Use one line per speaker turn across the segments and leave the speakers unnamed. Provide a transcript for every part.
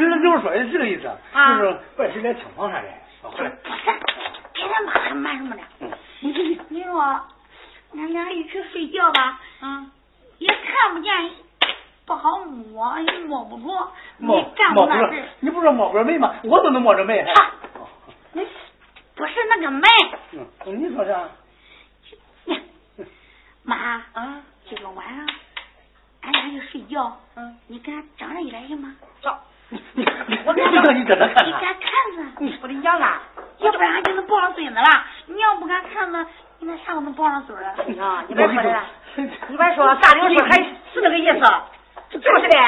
不说哎是这个意思，
啊
就是怪谁来抢房啊啥的，说话
别他妈骂什么的。
嗯
你说，俺俩一起睡觉吧，
嗯，
也看不见，不好摸，也摸不着，
摸
你干
摸
不
不
那
着
事儿。，
你不说摸不着煤吗？我都能摸着啊煤。还
哈嗯不是那个门。
嗯，你说啥？
妈，
啊，
今个晚上俺俩去睡觉，
嗯，
你给俺张罗一点行吗？
你你你，我让你搁那看
你给
看。
俺看看，
我的娘啊！
要不然俺就能抱上孙子了。你要不给俺看看，你那下午能抱上孙儿了。
啊，你别说了，你
你
别说了，大玲说还是那个意思，就是的。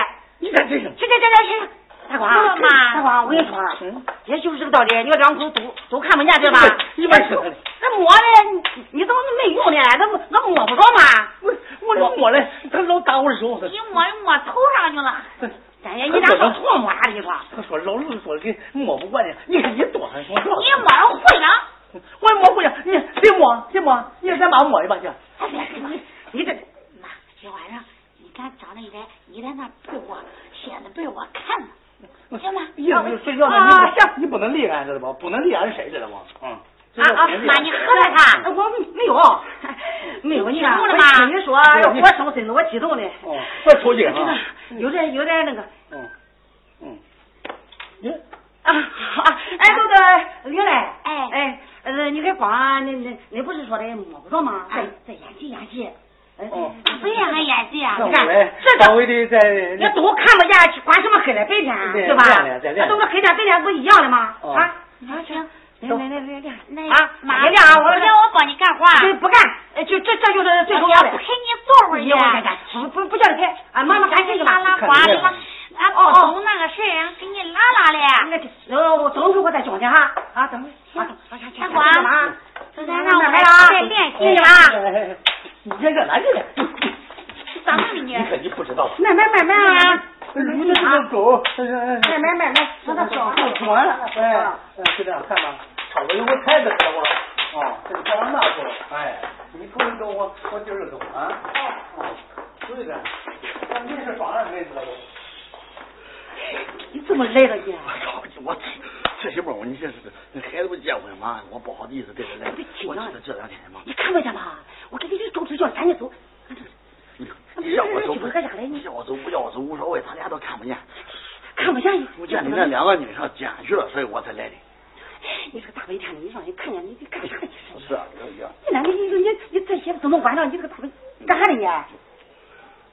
你看这是
这这这这这， 大光
妈，妈
大啊光，我跟你说，
嗯
也就是这个道理，你个两口都都看不见 对吧？哎
一般是的
那摸的，你你怎么没用呢？那那摸不着 嘛？
我我老摸了，他老打我的手。
一摸一摸头上去了，
哎呀，你俩说唾沫啊啥 的吧？
他说老是说给摸不惯你，你看你多还说
一摸上护上。
我也摸不呀，你谁摸谁摸，你咱把我摸一把去。
哎呀，你
你这
妈，今晚上你敢长得一点，你在那被窝掀着被窝看呢，行吗？
意思就是睡觉呢，
啊
你不你不能离俺知道不？不能离俺谁知道不？嗯，
啊啊，妈，你喝了
他。
他？我没有，没有你看，
激动了
我
吧
听你说 要活生生的，我激动的。
哦，快 出去
这
啊
个！有点有点那个
嗯嗯，你
啊啊！哎，那个玲嘞，
哎
哎，呃，你给光，你你你不是说的摸不着吗？再
哎
再演戏演戏。哎
哦
谁让俺演戏啊？
上
看
回
这个
上回的在
那都看不见，管什么黑天白天，
对
对吧
练练再？练
那都是黑天白天不一样的吗？
哦
啊，
那行，
来来来来来，
那
啊，
妈，
你俩我
不行，我帮你干活啊。
这不干，哎就这这就是最重要的
我。陪你坐会儿
哎
去
呦。我看看，不不不叫你开，啊，妈妈赶紧去吧
拉。拉呱，
看
你
这个
看，俺
哦
不懂那个事儿，啊俺给你拉拉嘞。
那那我等会儿我再叫你哈，啊，等会儿，啊，
大
管干嘛
瓜？昨天让我
来了啊，
再练习
啊。
嗯哎你这这哪去了？
咋弄的你
你可你不知道啊。
慢慢慢慢啊，
驴的这个狗，哎哎哎
慢慢慢慢，我的手
够
磨了，
哎，哎就这样看吧，瞅着有个菜的知道不？
哦
啊，这干往那走，哎，你瞅着走我，我今儿走啊。哦，对的，那你是装上没知道不？
你怎么来了你？
我操！我这媳妇儿，你这是那孩子不结婚嘛？我不好意思跟人
哎
来，我这这两天嘛，
你看不见吗？我给你这周腿叫赶紧走，
你
哎
你要我走，你要走不要走无所谓，他俩都看不见。
看不见你。
我见你那两个女上监去了，所以我才来的。
你这个大白天的，你让人看见你，你干啥呢？
不是，啊这个
你哪你你你你这些怎么晚上你这个大白干啥呢你？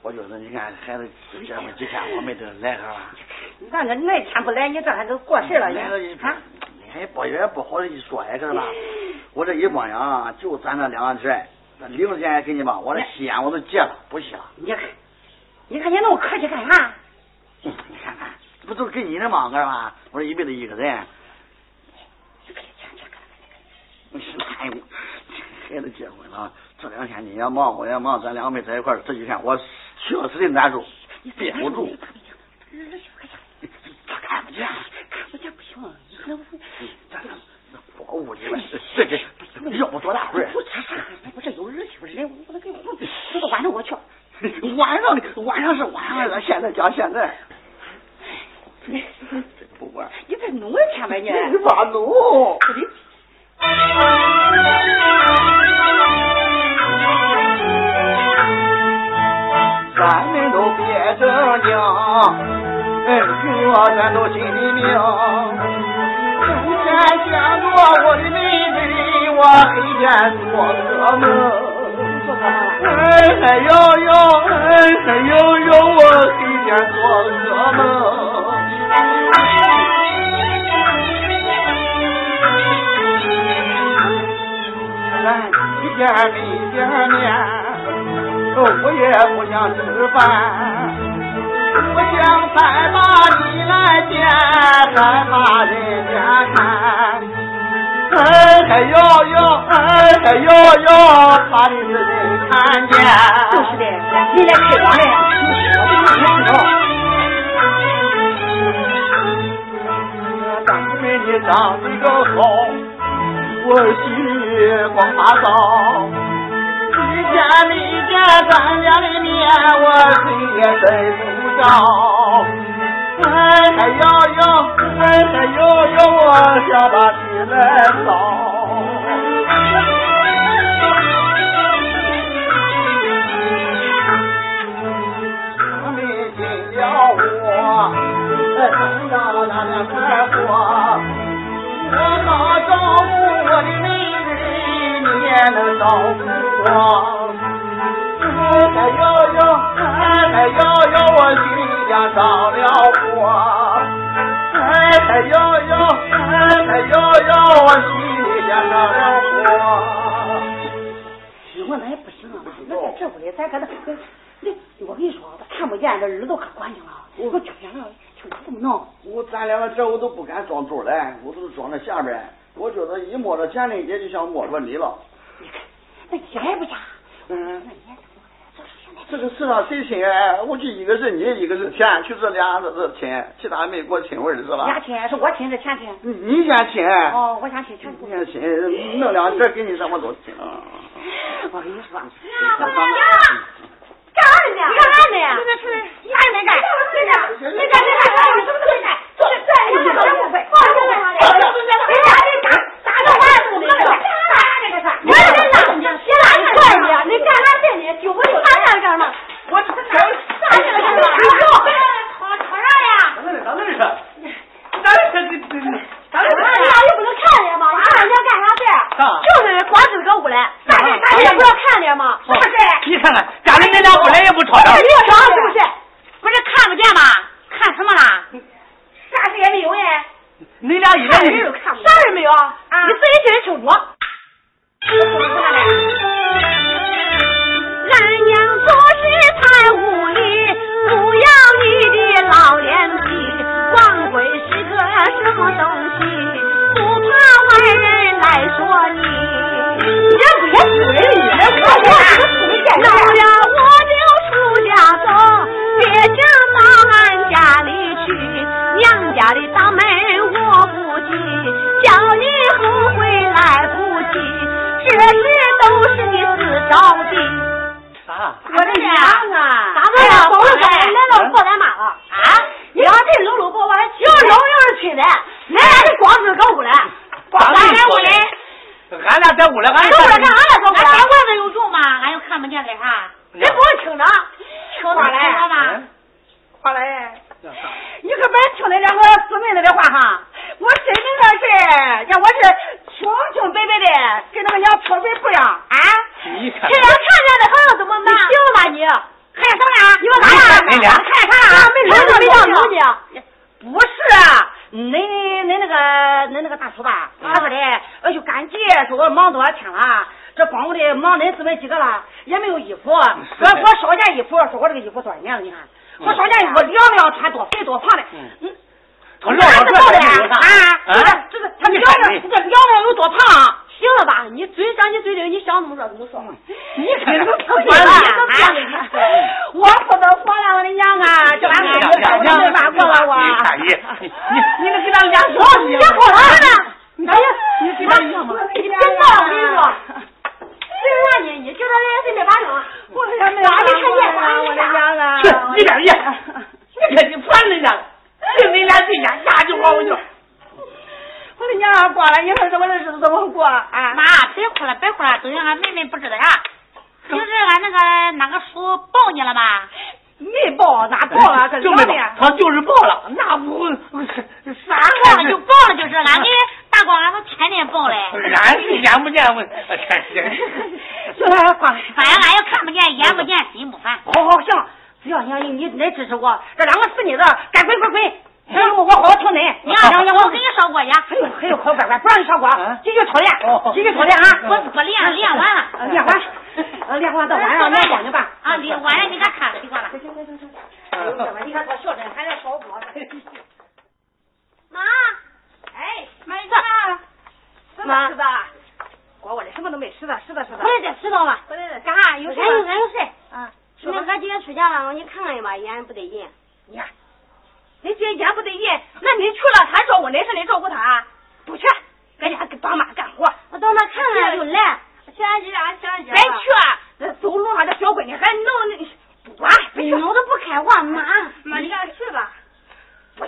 我就是你看孩子结婚几天，我没得来上了。
你让人那天不来，你这还都过世了你
来了一
啊？
你还不也不好意思说呀，知道吧？我这一帮人啊，就咱这两个人，那零钱给你吧，我这吸烟我都戒了，不吸了。
你看，你看你那么客气干啥？
你看看，这不都给你的吗？是吧？我这一辈子一个人。哎呦，孩子结婚了，这两天你也忙，我也忙，咱两个没在一块儿。这几天我确实的难受，憋不住，他看不见。
我这不行，你看我
咱俩我屋里边，这这要不多大会儿
我？这啥？我这有儿媳妇人，我不能给我弄死。这个晚上我去。
晚上的晚上是晚上的，现在讲现在，
你
这不玩。
你这弄天吧你？
你咋弄？咱们都别这样，哎，月咱都心里明。今天见过我的妹妹，我黑天做噩梦。恩恩悠悠，恩恩悠悠，哎我黑天做噩梦。咱一见没见面，哦我也不想吃饭，我想再把你来见，再把人家看。恩哎呦呦，恩哎呦呦，怕的是人看见。
就是的，你来开光嘞。
咱们你长得个好，我是光大嫂。一见没见咱俩的面，我谁也分不着。哎呀呀，哎哎呦呦，我下班起来早。他们进了我，哎，看到那那快活，我好照顾我的妹妹，你也能照顾我。哎呦呦，哎呦呦，我心呀着了火，哎呦呦，哎呦呦，我心呀着了火。
喜欢那也不行啊，那在这屋里，咱搁那，那我跟你说，看不见，这耳朵可管紧了，
嗯
我听见了，听不么弄？
我咱俩这我都不敢装猪来，我都是装在下边。我觉得一摸着田丽姐就像摸着你了。
你看那也不假，
嗯，
那你也怎么回来？就是现在
这个世上谁亲爱？我就一个是你，一个是钱，就这俩是是亲，其他没给我亲味儿是
俩
吧？
亲是我亲是前亲，
你你先亲，
哎
哦，我想亲全
你
嗯
先亲，弄两这给你什么都亲啊。
我跟你说，
咱咱
哎干啥呢？干啥呢？这是啥也没干。没干，没干，没干，什么都没干。这这你这不会，放下来，放下来，没干，没干，啥都干不了。干啥呢？这是？我真的，你哪一块的？你干啥真的？就我就干啥干嘛？我这哪啥去了？你说吵吵啥呀？
咱那咱那是，咱这这这咱
我
这
俩又不能看脸嘛，你看人家干啥事儿？就是光支个屋来，干啥干啥不要看脸嘛，是不是？
哦你看看，家里那俩本来也不吵
这
吵
是，越长是不是？不是看不见吗？看什么啦？啥事也没有哎，
你俩一
看
人
人都看不见，啥事没有，哎你自己心里清楚。俺娘总是在屋里不要你的老脸皮，王贵是个什么东西？不怕外人来说你，你这别死人，你这我这老了我就出家走，别想到俺家里去，娘家的大门我不进，叫你后悔来不及，这事都是你自找的。
啥？
我的娘啊！
咋的呀
保
宝贝
来了，过咱妈了啊！你要这搂搂抱抱，还又搂又是亲的，那俩是光是狗了，
光是狗
屋里，哎
俺俩在屋里，哎俺
狗了
俩
干啥呀？狗了，
俺在
外面有用吗？俺又看不见干啥？人不是听着，听着来啊吗？
嗯
花来，
叫啥？
你可别听那两个姊妹那的话哈，我真没那事，让我是清清白白的，跟那个娘泼水不一样啊！
你看
这俩看见的还要怎么办？行吧你，还想啥？你说
你
啥呀？
看人家
看啥？啊没
看着
没
没看着
你。
不是啊，恁恁那个恁那个大叔吧，他说的，哎呦，赶集说我忙多少天了，这光顾的忙恁姊妹几个了，也没有衣服，说给我少件衣服，说我这个衣服多少年了，你看，我少件衣服量量穿多肥多胖的，嗯。
他
哪
唠
知
叨
道的
这事
啊？这这他聊聊这聊聊有多胖？啊行了吧，你嘴长你嘴灵，你想怎么说怎么说。
嗯
你可是
啊
啊我不能活了，我的娘啊！这玩意儿我没法过了，我。
你看你，你你能给咱 俩
我别哭了，哎呀，
你跟他一样吗？
你别闹，我跟你说。
谁让你？你就这人谁没法整？
我也没看见，我的娘啊！
去你俩去，你看你 烦人家，这你俩对家压就往我就。
我的娘啊，过了，你说怎么这日子怎么过啊？
妈，别哭了，别哭了，都怨俺妹妹不知道啥。就是俺那个哪个叔抱你了 吧？
没报咋
哎
报啊？这
就
聊的
没报，他哎就是报了，那不啥
抱了就抱了，就是俺 给大光俺都天天抱嘞。
俺是眼不见我，哎
就来光。
反正俺又看不见，眼不见心不 烦。
好好行了，只要你你来支持我，这两个死妮子该滚滚滚，让我我好好听你。
你要是 我给你烧锅去，
哎
还有还有，哎快乖乖，不让你上锅，
嗯
继续操
哦
练，继续操练啊！
我我练练完了。
嗯
练完，呃练完到晚上来光去吧。
啊，你晚上你看看习惯了。
哎你看多孝顺，还在烧锅。
妈，哎，妈，你看，
妈，管我的什么都没，拾的拾的拾的
哎
回。来再知道吧。干啥？有事？俺有俺有事。
啊，
说吧
说明俺今天出家了，我给你看看去吧，眼不得劲。
你看，你这眼不得劲，那你去了，他照顾你是得照顾他，
啊
不去，在家给帮妈干活。
我到那看看就来。前俺姐，俺前俺姐。啊
别去，那走路上这小闺女还弄那，不管，
哎呦，我都不开化，妈，
妈你
你去吧。
不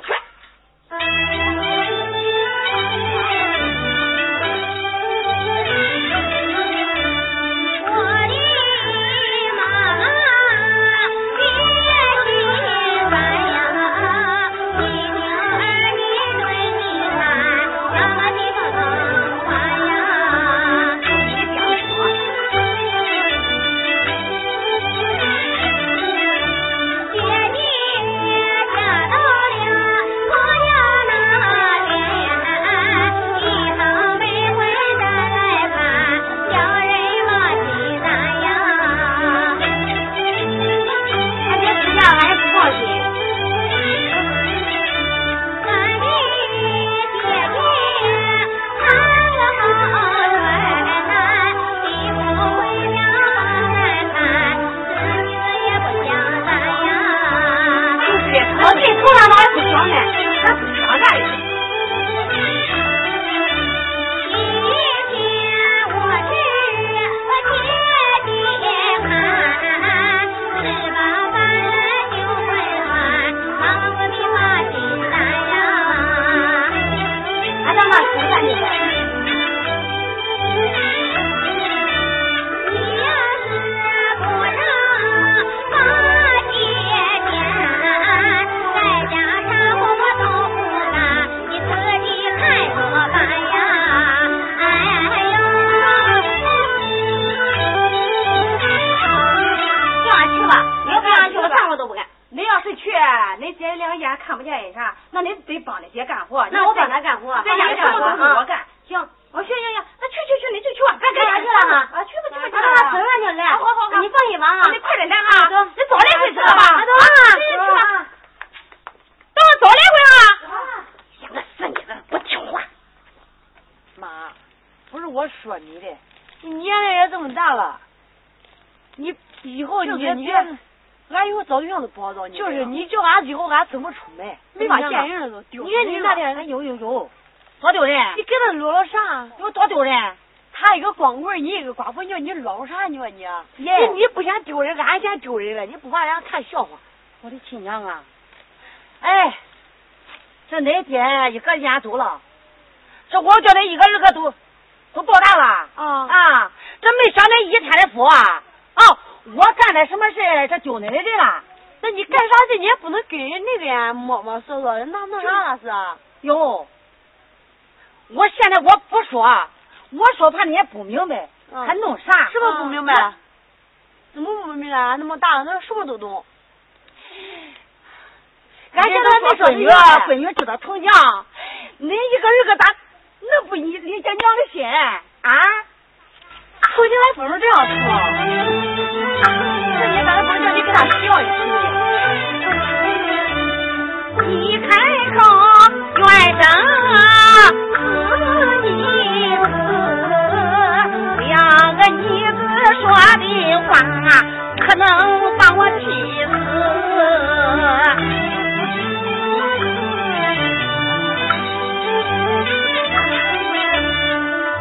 在家干活，
那我帮他干活，啊
在家里什么都是我干。
行，哎
我去去去，那去去去，你就去吧，赶
干啥去了啊？
啊，去吧去吧去
啊，那走
吧。
上就来。
好好好
你放心吧啊。
你快点来啊！
走
你早来回知道吧？
啊，走
去
啊。
吧，等我早来回啊！
啊
想个死你了，不听话。
妈，不是我说你的，
你年龄也这么大了，
你以后
就
你
是
也
你
别，
俺以后找对象都不好找你。
就是，你叫俺以后俺怎么出门？没法见
啊
人了都丢
你说
人
你
了
那。点人有有有，
多丢人！
你跟他啰啰啥？啊
有多丢人？
他一个光棍，你一个寡妇，你说你唠啥？你说你，啊
耶
你你不嫌丢人，俺嫌丢人了，你不怕人家看笑话？
我的亲娘啊！哎，这那天一个年走了，这我叫那一个二个都都报答了
啊
啊！这没享那一天的福啊！哦，我干点什么事儿这丢你的人了？
那你干啥事你也不能跟人那边摸摸索索的，那那啥了是？啊
哟，我现在我不说，我说怕你也不明白，
嗯
还弄啥？
是不是不明白
啊？
怎么不明白啊？那么大了，那什么都懂。
俺现在那闺女，闺女知道疼娘，恁一个二个打，那不理理解娘的心啊？
闺女还不能这样说，那你咋还不能叫你给他笑一气？一开口，怨声是你死，两个妮子说的话，可能把我气死。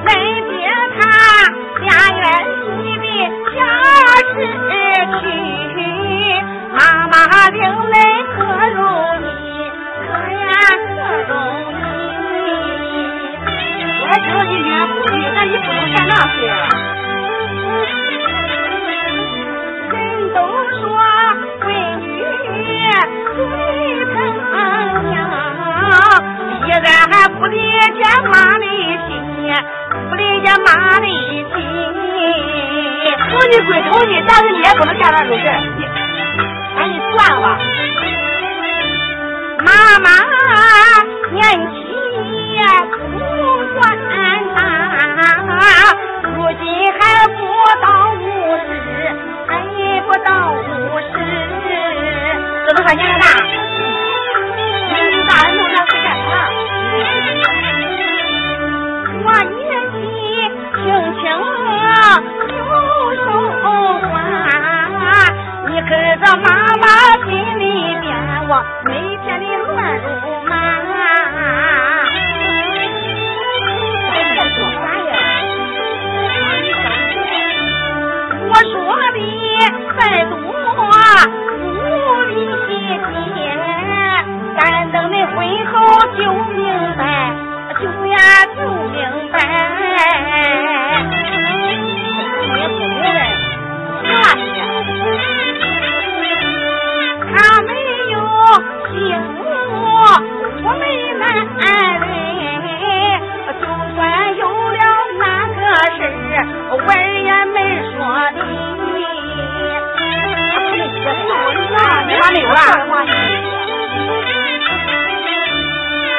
没别他家园里的小儿去，妈妈流泪可如你，可呀可如你。我知道你冤不屈，但你不能干那事儿。啊人都说闺女最疼娘，依然还不理解妈的心，不理解妈的心。说你归头你，但是你也不能干那种事儿。你，哎，你算了吧。妈妈年纪也不算大，如今还不到五十，还不到五十，这都算年龄大。年纪大人弄那事干啥？我年纪轻轻游手花，你跟着妈妈心里边我每天的乱辱骂。在说啥呀？我说的再多无理解，但等你婚后就明白，就呀就明白。我也不明白，啥呀？他没有幸福，我没男人，就算有了那个事儿，我也没说的。你还没有啦？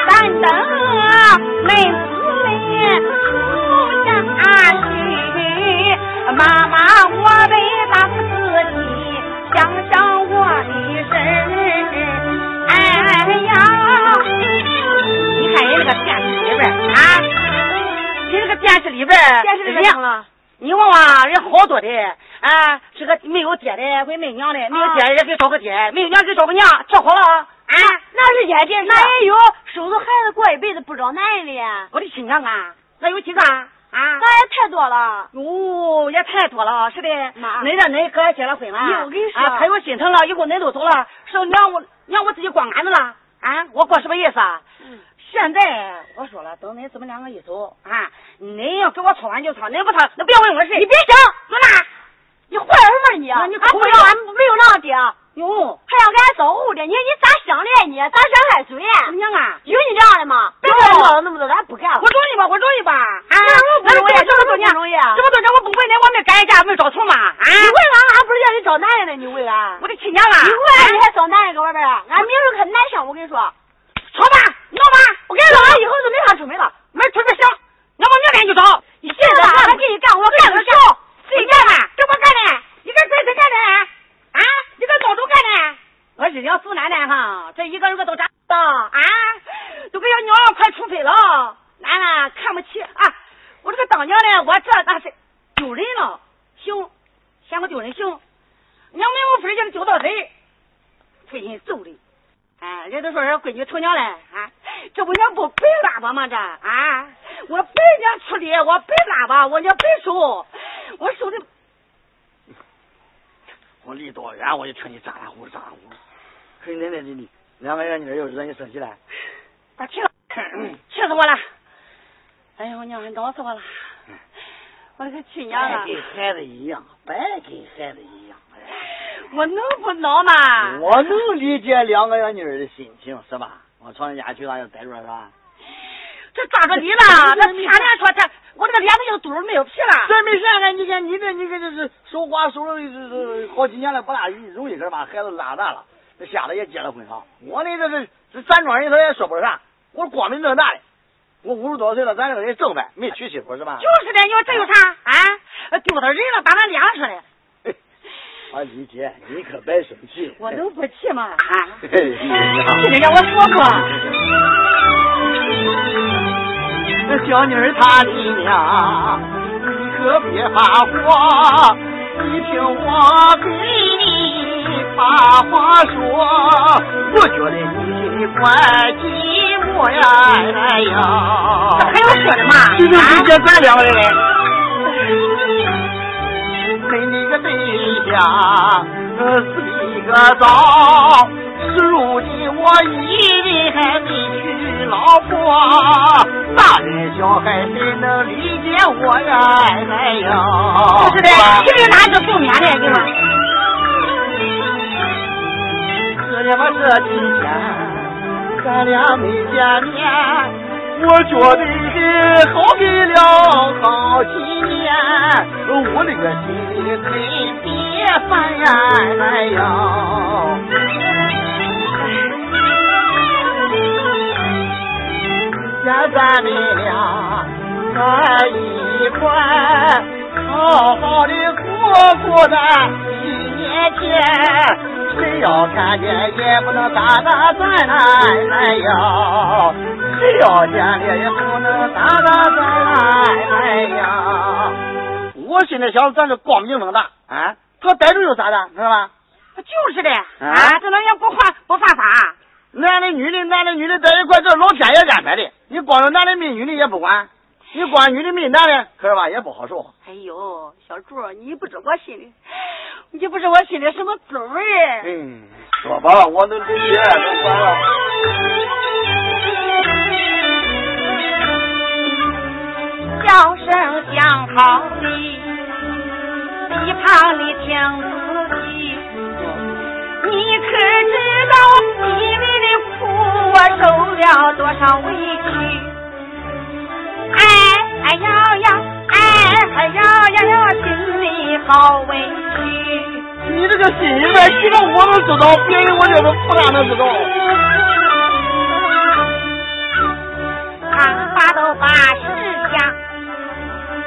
咱等妹子们出嫁去，妈妈我得打自己，想想我的事儿。哎呀，你看人这个电视里边儿啊，人这个电视里边儿，
电视里边
人家
怎么了？
你问问人好多的，啊，这个没有爹的跟没娘的，没
啊
有爹的人给找个爹，没有娘给找个娘，这好了啊！啊，
那是也这，那也有守着孩子过一辈子不找男人的呀，
我的亲娘啊，那有几个啊？啊
那，也太多了。
哟，也太多了，是的。
妈
恁让恁哥结了婚了，
哎呦我跟你说
啊，可有心疼了，以后恁都走了，说让我让我自己光杆子了，啊，我过什么意思啊？
嗯
现在我说了，等恁姊妹两个一走啊，恁要给我操完就操，恁不操，那不要问我事。你别想，妈妈，
哎你坏什么你？
啊你
俺
哭
不
呀
要，俺没有那爹，还
哟，
想给俺找后的，你你咋想的你？咋想害水？
俺娘啊，
有你这样的吗？别跟我了那么多，咱不干了
我。中意吧，我中意吧，啊，
那不容易
那这么多年
这么不容易啊
这么多年我不问恁，我没干一家，没找成嘛，啊，
你问俺，俺不是叫你找男人的，你问俺。
我的亲娘啊，
你问俺，你还找男人搁外边啊？俺明儿可难上，我跟你说。
吵吧，闹吧，啊啊啊出飞了，俺啊看不起啊！我这个当娘的，我这那是丢人了，行，嫌我丢人行，娘没有分就丢到谁，费心揍的。哎，人都说人闺女成娘了啊，这不娘不白拉吧吗？这啊，我白娘出力，我白拉吧，我娘白收，我收的
我离多远我就听你咋啦呼咋啦呼。可是奶奶你你两个人你这又惹你生气了？
把气了，嗯气死我了！哎呦娘，挠死我了！我这个去娘
白
了！
跟孩子一样，白跟孩子一样。哎
我能不挠吗？
我能理解两个人女儿的心情是吧？我闯人家去，俺就逮住了是吧？
这抓住你了！那前面说这，我这个脸都有肚儿没有皮了。
这没啥俺你看你这你这这是守寡守了这这呃好几年了，不大容易可是把孩子拉大了，这下来也结了婚哈。我呢这是这咱庄人他也说不了啥，我光明正大的，我五十多岁了，咱这个人正派，没娶媳妇是吧？
就是的，你说这有啥啊？丢到人了，把咱俩出来，
啊，李姐，你可别生气。
我能不气吗？啊！
嘿嘿
气得让我说 说。
这小妮儿她的娘，你可别怕火，你听我给你把话说。我觉得你心里怪寂寞呀，哎呀，
这还用说的吗
就就就咱两个人嘞。跟你个对象，呃，是一个早。是如今我一人还没娶老婆，大人小孩谁能理解我呀？哎呀，
就是的，去你哪就够年的，你说。
是的吧？这几天咱俩没见面，我觉得是好比了好几年。我那个心里真别烦呀，哎呀。现咱们俩在一块，好好的过过那一年前。谁要看见也不能打打咱来呀，谁要见了也不能打打咱来呀。我心里想，咱是光明正大啊，他逮住又咋的，知道吧？
就是的，啊，这能也不犯不犯法？
男的女的，男的女的在一块，这是老天爷安排的。你光有男的没女的也不管，你光女的没男的，可是吧也不好受。
哎呦，小柱，你不知我心里，你不知我心里什么滋味儿。啊
嗯，说吧，我都理解，都管了。
叫声相好哩，一旁的听仔细，你可知道你为的苦我受了多少委屈？哎哎呀呀，哎哎呀呀呀，心里好委屈。
你这个心里面，其实我都知道，别人我就是不大能知道。
俺爸都八十家，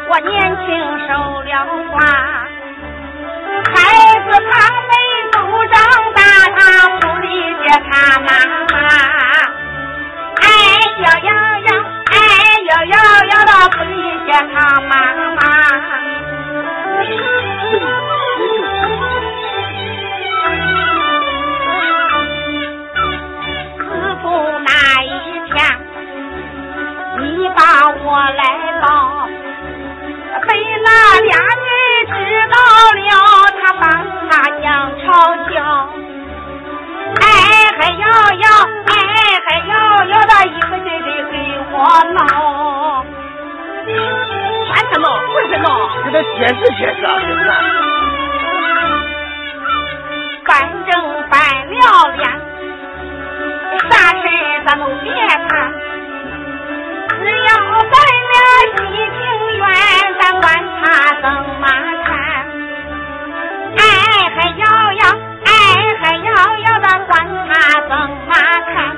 我年轻守了寡，孩子他们都长大，他不理解他妈妈。哎呀呀呀，哎呀呀呀，他不理解他妈妈。自从那一天。你把我来抱，被那俩人知道了，他把他娘吵叫，哎还要要，哎还要要的一个劲的给我闹，全他闹，会会闹。
给他解释解释啊，解释啊。
反正翻了脸，啥事儿咱都别谈。只要咱俩喜情缘，咱管他怎么看。哎还要要，哎还要要，咱管他怎么看。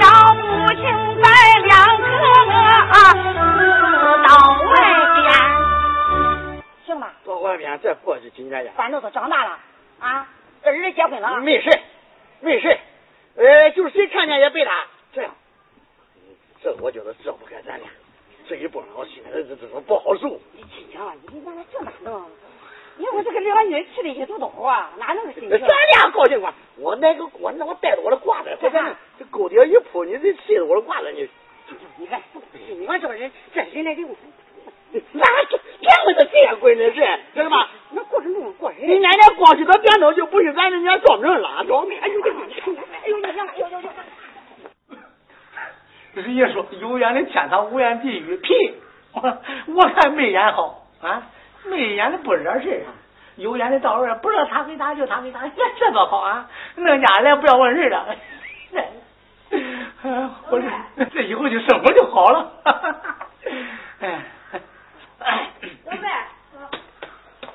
要不行，咱哎两个啊，死到外边。
行吧，
到外面再过去金家家，
反正都长大了啊，这儿子
啊
结婚了，
没事，没事，呃，就是谁看见也别打。这样，我觉得这不该咱俩这一波啊，我心里这这不好受。
你亲家，哎你那这哪弄？你说我这个两女气的一肚兜啊，哪能是亲
咱
情？
俩高兴瓜，我那个我那我带着我的褂子，这咱这狗爹一扑，你这气得我的褂子你。
你看，你说这人，这人来人，
那这这么的这样闺女是，知道吗？
那过程中过
你
人。
奶奶光知道变东就不许咱这娘装病了，装病。哎呦，
哎呦，你看，哎呦呦呦！
人家说有缘的天堂，无缘地狱。屁！我看没演好啊，没演的不惹事啊。有缘的到位，不知道他给他就他给他， 这这多好啊！弄家来不要问事了。哎，我这这以后就生活就好 了。哎，哎，
老板，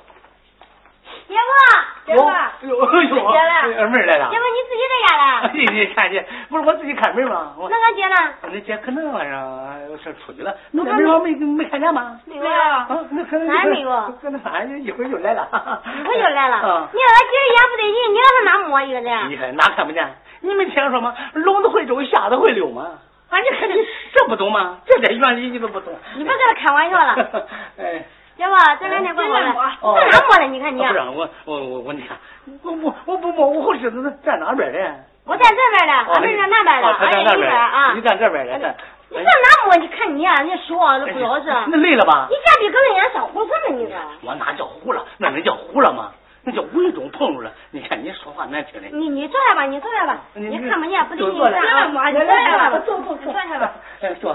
哦哎
姐夫，姐夫，
有有有，二妹来了
姐。夫你自己在家了？
你你看见不是我自己开门吗？我
那俺姐呢？
那姐可能晚上是出去了，那门上没没看见吗？
没有啊，
啊，那可能
哪儿没有
可能反正一会儿就来了，一
一会儿就来了。
啊
你，说俺姐儿也不得劲，你让她哪摸一个呢？
你看哪看不见？你没听说吗？聋子会走，瞎子会溜吗？啊，你看你这不懂吗？这点原理你都不懂。
你别跟她开玩笑了，
哎，
姐夫，这两天怪我了，
哦
这哪摸的？你看啊你，
不是啊我我我我你看我我我不摸，我后身子站哪边的？
我站这边的，俺们站那边的，
哦他
俺
站那
站那
边
边
的
啊
你。站这边的，站
你上哪摸？你看你啊，那手啊都不老实，
那累了吧
你？家比跟人家小胡似的，你这。
我哪叫糊了？那能叫糊了吗？那叫无意中碰着了。你看你说话难听的。
你你坐下吧，你坐下吧，
你
嗯你看不见不得
就
劲
坐下
站啊，
啊
你坐下吧，
坐
坐坐下吧。
哎，坐。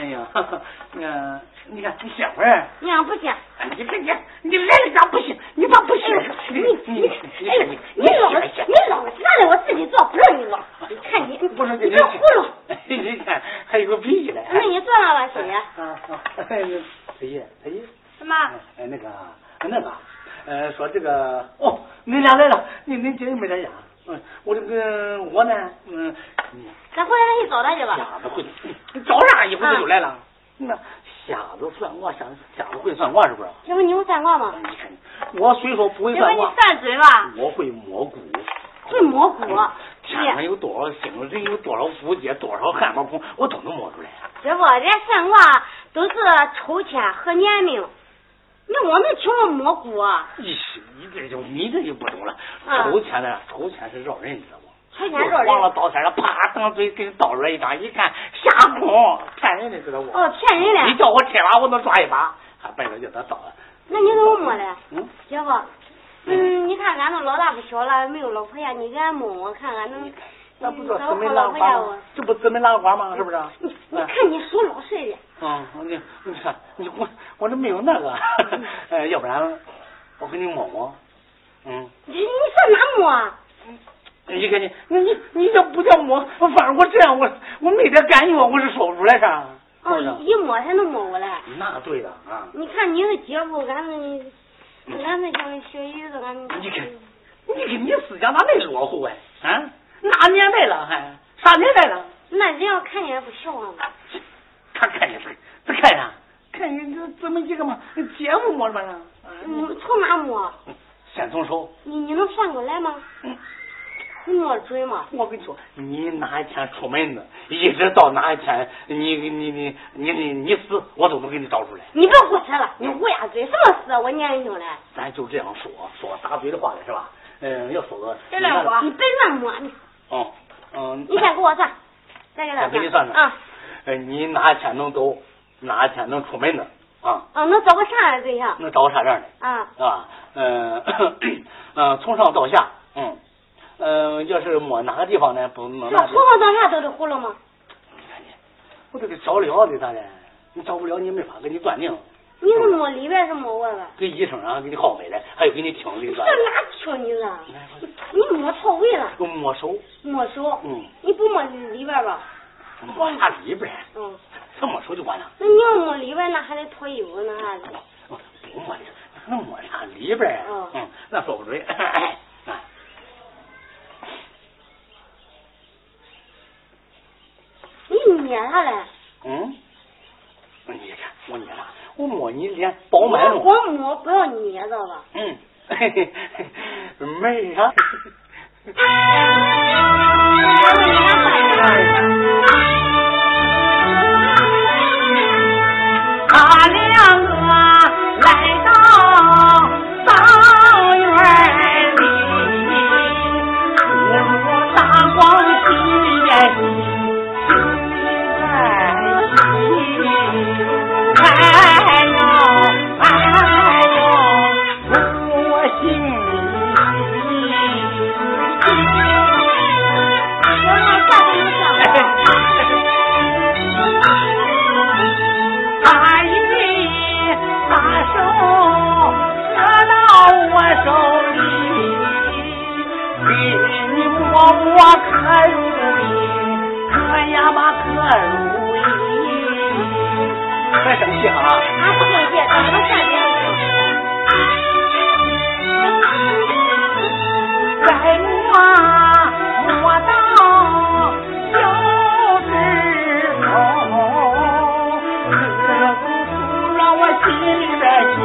哎呀， 嗯，你看你媳妇儿，
你看不行，
你这你你来了咋不行？你咋不行？你你你
哎呦，你老你老啥的，我自己做不让你老，你看你，
不是
你这葫芦。
你看还有个脾气嘞。
那你坐那吧，姐。
啊啊！哎呀，哎呀，哎呀。
什么？
哎，那个，那个，呃，说这个，哦，恁俩来了，恁恁姐妹在家，嗯，我这个我呢，嗯，
咱回来咱一早咱去吧。
瞎子会，你找啥一会子就来了？那瞎子算卦，瞎子瞎子会算卦是不是？
姐夫，你会算卦吗？
你看，嗯我虽说不会
姐夫，
算
你
卦，嗯
算准吧，
我会摸骨。
会摸啊骨。啊姐，
天上有多少星辰，有多少符节，多少汗毛孔，我都能摸出来。啊
姐夫，人家算卦都是抽签和年命，那我没听过摸骨啊。
你你这就你这就不懂了，
嗯
抽签呢，抽签是绕人，你知道不？
抽签
我
绕
忘了
人。
刀尖上，啪，上嘴给倒出来一张，一看瞎空，骗人的知道不？
哦，骗人
你
的。
叫我吃吧，我能抓一把，还白着叫他倒了。
那你怎么摸的？
嗯，
姐夫，嗯，你看俺都老大不小了，没有老婆呀，你给俺摸摸看，俺能
那不叫
找
姊妹
好
浪
嗯老婆呀
花
我
吗？？这不姊妹浪花吗？是不是？
你你看你手老实的，
嗯，你你看你我我这没有那个，
嗯
呃，要不然我给你摸摸，嗯，
你你上哪摸啊？
你看你你你你这不叫摸，反正我这样我我没得感觉，我是说不出来啥，是不是？
哦，一摸才能摸过来。
那对的啊，
你看你个姐夫，俺们
嗯
俺们像学医的，俺们
你看你看你思想咋那落后哎？啊，哪年代了还？啥年代了？
那人要看见不笑话吗？
他看见谁？他看啥？看见这这么一个嘛，节目摸着呢。
你嗯从哪摸？
先从手，
你你能算过来吗？
嗯
你摸准吗？
我跟你说，你哪一天出门子，一直到哪一天你你你你你你死，我都能给你找出来。
你别胡扯了，你乌鸦嘴什么死？我年轻了，
咱就这样说说大嘴的话了，是吧？嗯，要说个
这两个
你别乱摸，你
哦，嗯，
啊你先给我算， 再给他
先给你算算
啊
呃，你哪一天能走，哪一天能出门子啊？
啊，能找个啥样的对象
能找个啥样的？
啊？
啊，嗯、呃， 呃，从上到下，嗯，嗯、要是摸哪个地方呢，不能
这
那
从上到下都得葫芦吗？
我这个找了啊的咋的？你找不了，你没法给你断定，
你是摸里边是摸外边？
给医生啊，给你号脉来，还有给你听
你
力
上
断
哪听你了？你摸错位了，
定，摸手，
摸手，
嗯，
你不摸里边吧？
摸啥里边儿？
嗯，
这摸手就完了，
那你要摸里边，那还得脱衣服那啥的。
我不摸这个，那摸啥里边儿啊
哦？
嗯，那说不准。 哎
你捏啥嘞？
嗯，
嗯
你看我捏啥？我摸你脸，饱
你
满
要
了。
光摸不要捏，知道吧？
嗯，嘿嘿嘿，妹儿啊。
哎两个来到庄园里，我大光喜呀喜，哎呦哎呦，我心里。他一把手搁到我手里，给你摸摸可如意，可呀嘛可如意。
别生气啊！
他不会变，他能下边。
再摸摸到九指头，这不不让我心里边急，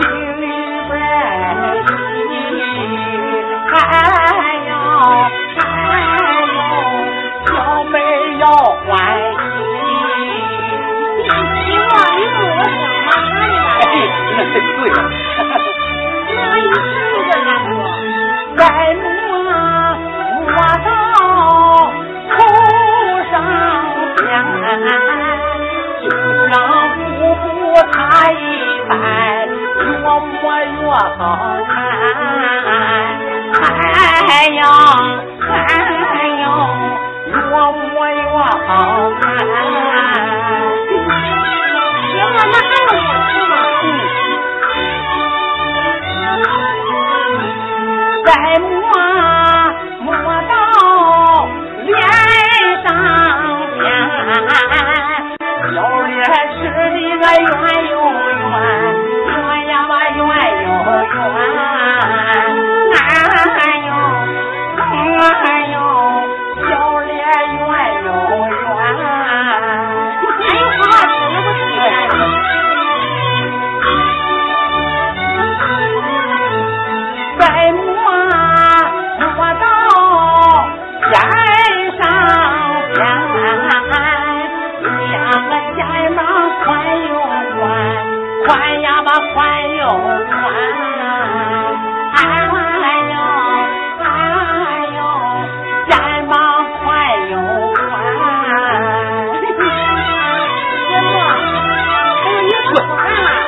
心里边急，哎呦哎呦，小妹要欢喜，
你往你母想吗？
哎，那是啊对了。
那一听就难过。
再摸摸到头上边，就让姑姑她一般，越摸越好看。哎呦，哎呦，越摸越好看。
行了，那还有我吃吗？
再摸摸到脸上边，小脸吃的个圆又圆，圆呀嘛圆又圆，哎呦哎呦，小脸圆又圆，
哎呦，好好吃，不吃
哎再摸摸到肩上边，两个肩膀宽又宽，宽呀嘛宽又宽，哎呦哎呦，肩膀宽又宽。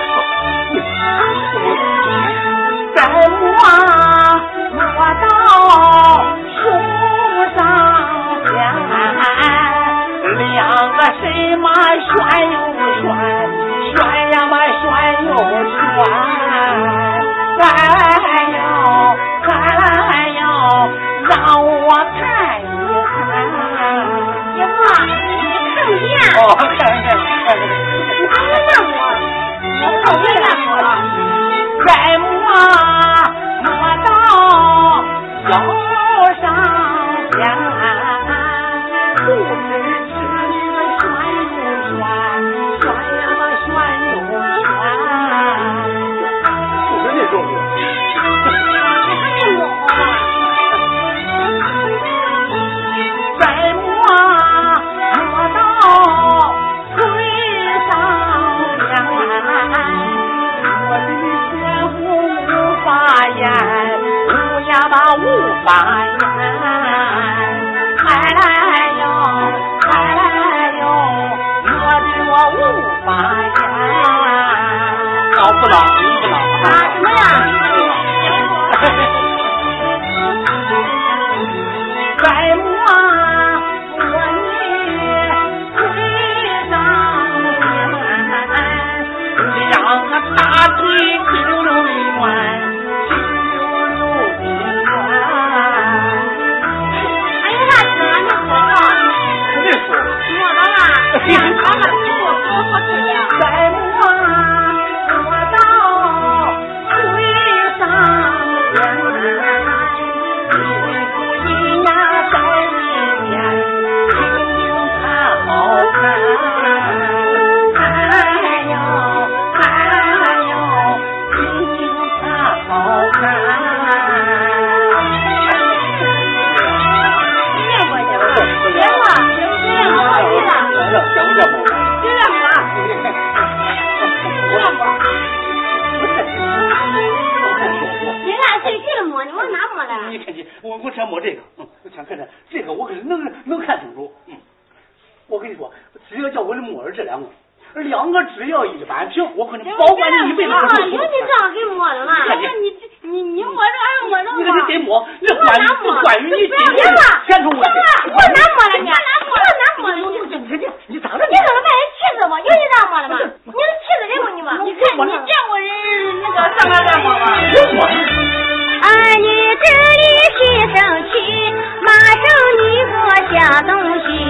节目，还有你手啊，
再摸啊摸到树上边，两个什么旋又旋，旋呀嘛旋又旋，哎呦哎呦，让我看一
节目，你看不见，
哦，看看看看。
你还能那我，我讨厌那我。
看，再摸摸到腰上边。
肚子
吃那个酸又酸，酸呀嘛酸又酸。
就真得重视。
还有
再摸摸到腿上边，我的学无法言，无呀嘛无法言。哎呦，哎呦，我的我无法言。
老不老？你不老？
啊什么呀？
再摸摸你腿上边，两个大腿直溜圆，直溜圆。
哎呀，那可那可
肯
好，
定是。
摸着了，两条了，你我我我吃呀。
再摸摸到腿上边。
你看你，我我想摸这个，嗯，我想看看这个，我可是能能看清楚。嗯，我跟你说，只要叫我的摸着这两个，两个只要一般平，我可能保管你一辈子
啊，
不
有
出
你
错。
这样给抹的嘛？
看见
你你你我这还
你
抹着
看
吗
你？得摸，这关于这关于你
不要
今
脸
后
了！
前途问题。
我哪抹了你？我哪抹了你？
有正直的，你咋了
你怎么把人气死我？有你这样抹的吗？你是气死人不你吗？你看你见过人那个上班干吗？
啊，你这里心生气，马上你个小东西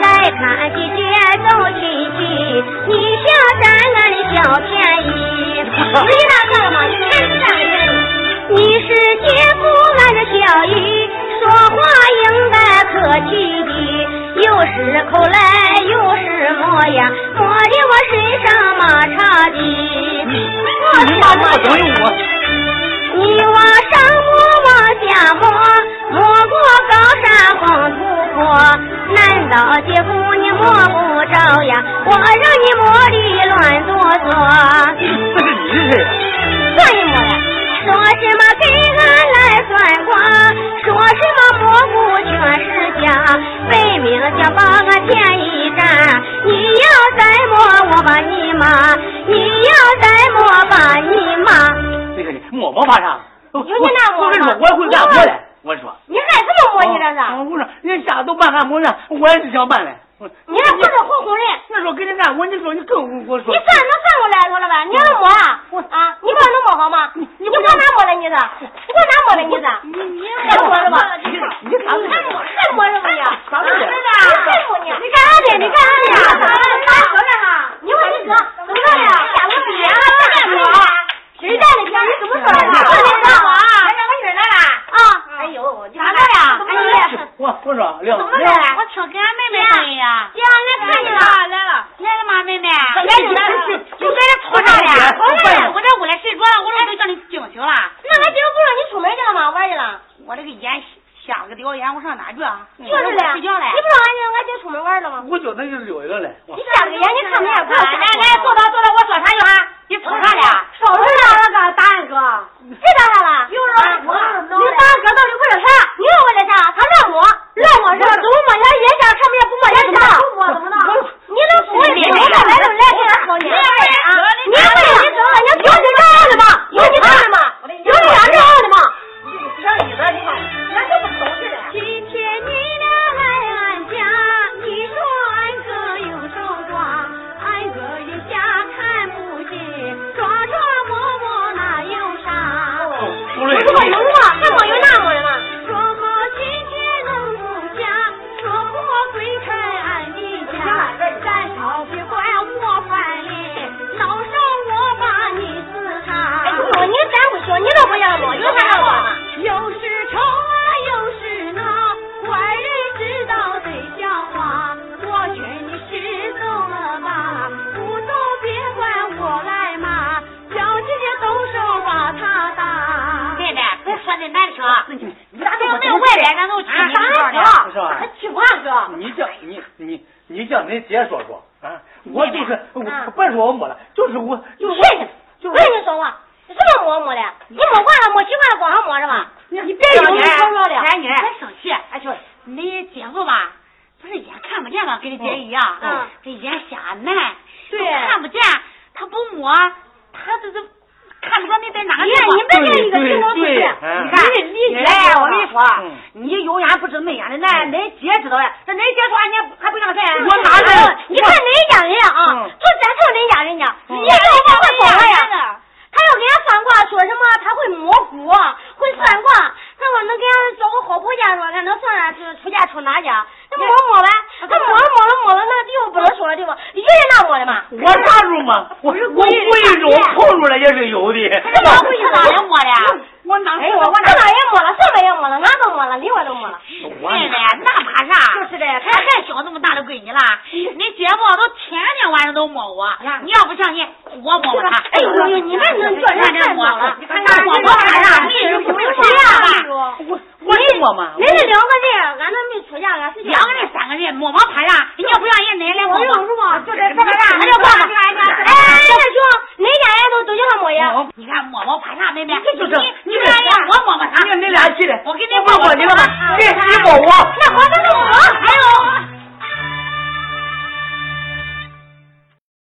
来看去接走亲戚，你像咱俺的小便宜。你那干嘛？你看你干你是姐夫俺的小姨，说话应该客气的，又是口来又是模样，抹的我身上马叉的。我
你妈妈总有我，
你往上摸，往下摸，摸过高山黄土坡。难道姐夫你摸不着呀？我让你摸的乱哆嗦。
这是你的事儿。
算一摸呀，说什么给俺来算卦，说什么蘑菇全是假，分明想把俺骗一站。你要再摸我把你骂，你要再摸把你骂。
你看你摸摸法上，我
有你那
我跟你说，
摸
我
法
会干活的。我说，
你还这么摸你这是？
啊我说，人家都办按摩呢，我也是想办的。我
你还不是哄哄人？
那时候给人按摩，你说你更我
你
说，
算能算过来头了吧？你还能摸啊？啊，你管能摸好吗？你你管哪摸的你是？你管哪摸的你是？你还摸了吧？
你你咋
还摸还摸什么呀？ 啊
咋
你
了
还摸呢？你干啥的？你干啥的？干啥呢？啊你问你哥，你看啊呀，下午别还干摸？谁干的？你怎么说的？还哎让我女儿来了？啊！哎呦，咋的呀？哎呀，
我我说
怎
亮
么了？
我听给俺妹妹声音呀，
姐，俺看见了，
来了，来了吗，妹妹？
来了，就在这
我
拖着俩。
我这屋里睡着了，我这都叫你惊醒了。
那俺今儿不让你出门去了吗？玩去了？
我这个眼瞎了个吊眼，我上哪去啊？
就是嘞，
睡觉嘞。
你不让俺今俺今儿出门玩了吗？
我觉得就是有一个嘞。我
你瞎了个眼，你看不见，不
来来，坐到坐到，我说啥去啊？你瞅啥嘞？
少说啥了，哥，大俺哥，知道啥了？又
让你摸
你大俺哥到底为了啥？你又为了啥？他让我，让我让怎么摸？人家家看不见不摸，人家不摸怎么的？你能不会别人来就来，给俺好你。你为了你怎么？你有你这样的吗？有你这样的吗？有你俺这样的吗？今天你俩来俺家，你说俺哥有手瓜，俺哥有瞎看不见，抓抓摸摸哪有啥？
不
有
累
这么有啊？还没有那么的吗？
说好今天能住家，说好归开俺
哎
的家，咱吵别管我翻脸，闹上我把你自
哎，
杀。
说你咱不行，你都不让摸，有啥让摸吗？
又是愁啊，又是恼，外人知道得笑话。我劝你失走了吧，不走别怪我挨骂，叫姐姐动手把他打。
妹妹，别说那难听，
你
咱要没有外人，咱都欺负俺
是
哥，
吧
还欺负俺
啊
哥。
啊你叫你你你叫你姐说说啊！我就是我，别说我摸了，就是我就是
去啊你！
就
我
是
跟你说吧，你什么摸摸的？你摸惯了摸习惯了，光上摸是吧？你别
小
有你
妮
吵吵
儿，
的。
小妮儿，别生气，哎去，你姐夫吧，不是眼看不见吧，跟你姐一样，
嗯嗯
这眼瞎难，
对
都看不见，他不摸，他这这看不着你在哪个地
哎呀
方。
你别这一个
对
平头
对
出去
对，
你
嗯
看，
你理解
哎
我
我跟你说
嗯，
你有眼不知内眼的，那恁姐知道呀，这恁姐说俺家还不像谁？
我哪知道？
哎
你看人家人家啊，就咱看人家人家，人家要往外跑呀。他要给人算卦，说什么他会摸骨，会算卦。那我能给俺找个好婆家说，俺能算俺出出家出哪家？那摸摸呗，他摸了摸了摸了，那个地方不能说的地方，一人那摸的嘛。
我啥时候摸？我我贵州碰出来也是有的。
这毛不一
他哪也摸的？
我哪
哎呦，我哪也摸了，上面也摸了，哪都摸了，里外都摸了。哎
我
妹妹，那怕啥？
就是的
还还哎小那么大都归你了。你姐夫都天天晚上都摸我，你要不相信，我摸摸他。
哎呦，你那能叫人太
摸
摸了！
你看那摸我干啥？你是不是
呀？
我我是摸嘛，
恁这两个人，俺那没出家，俺是
两个人、三个人摸摸怕啥？啊你要不让人奶 来摸
我用
我，
哎是吧？就这
这个啥？
哎
俺
呀
要，
爸，
爸
哎哎哎，兄，恁家人都都叫他摸呀？
哦啊你看摸摸怕啥，妹妹？
这就是
你你让人我摸摸他，
那那
你俩去的，
我给你
我抱抱你了吧？你你抱我，
哎
那好，那是我。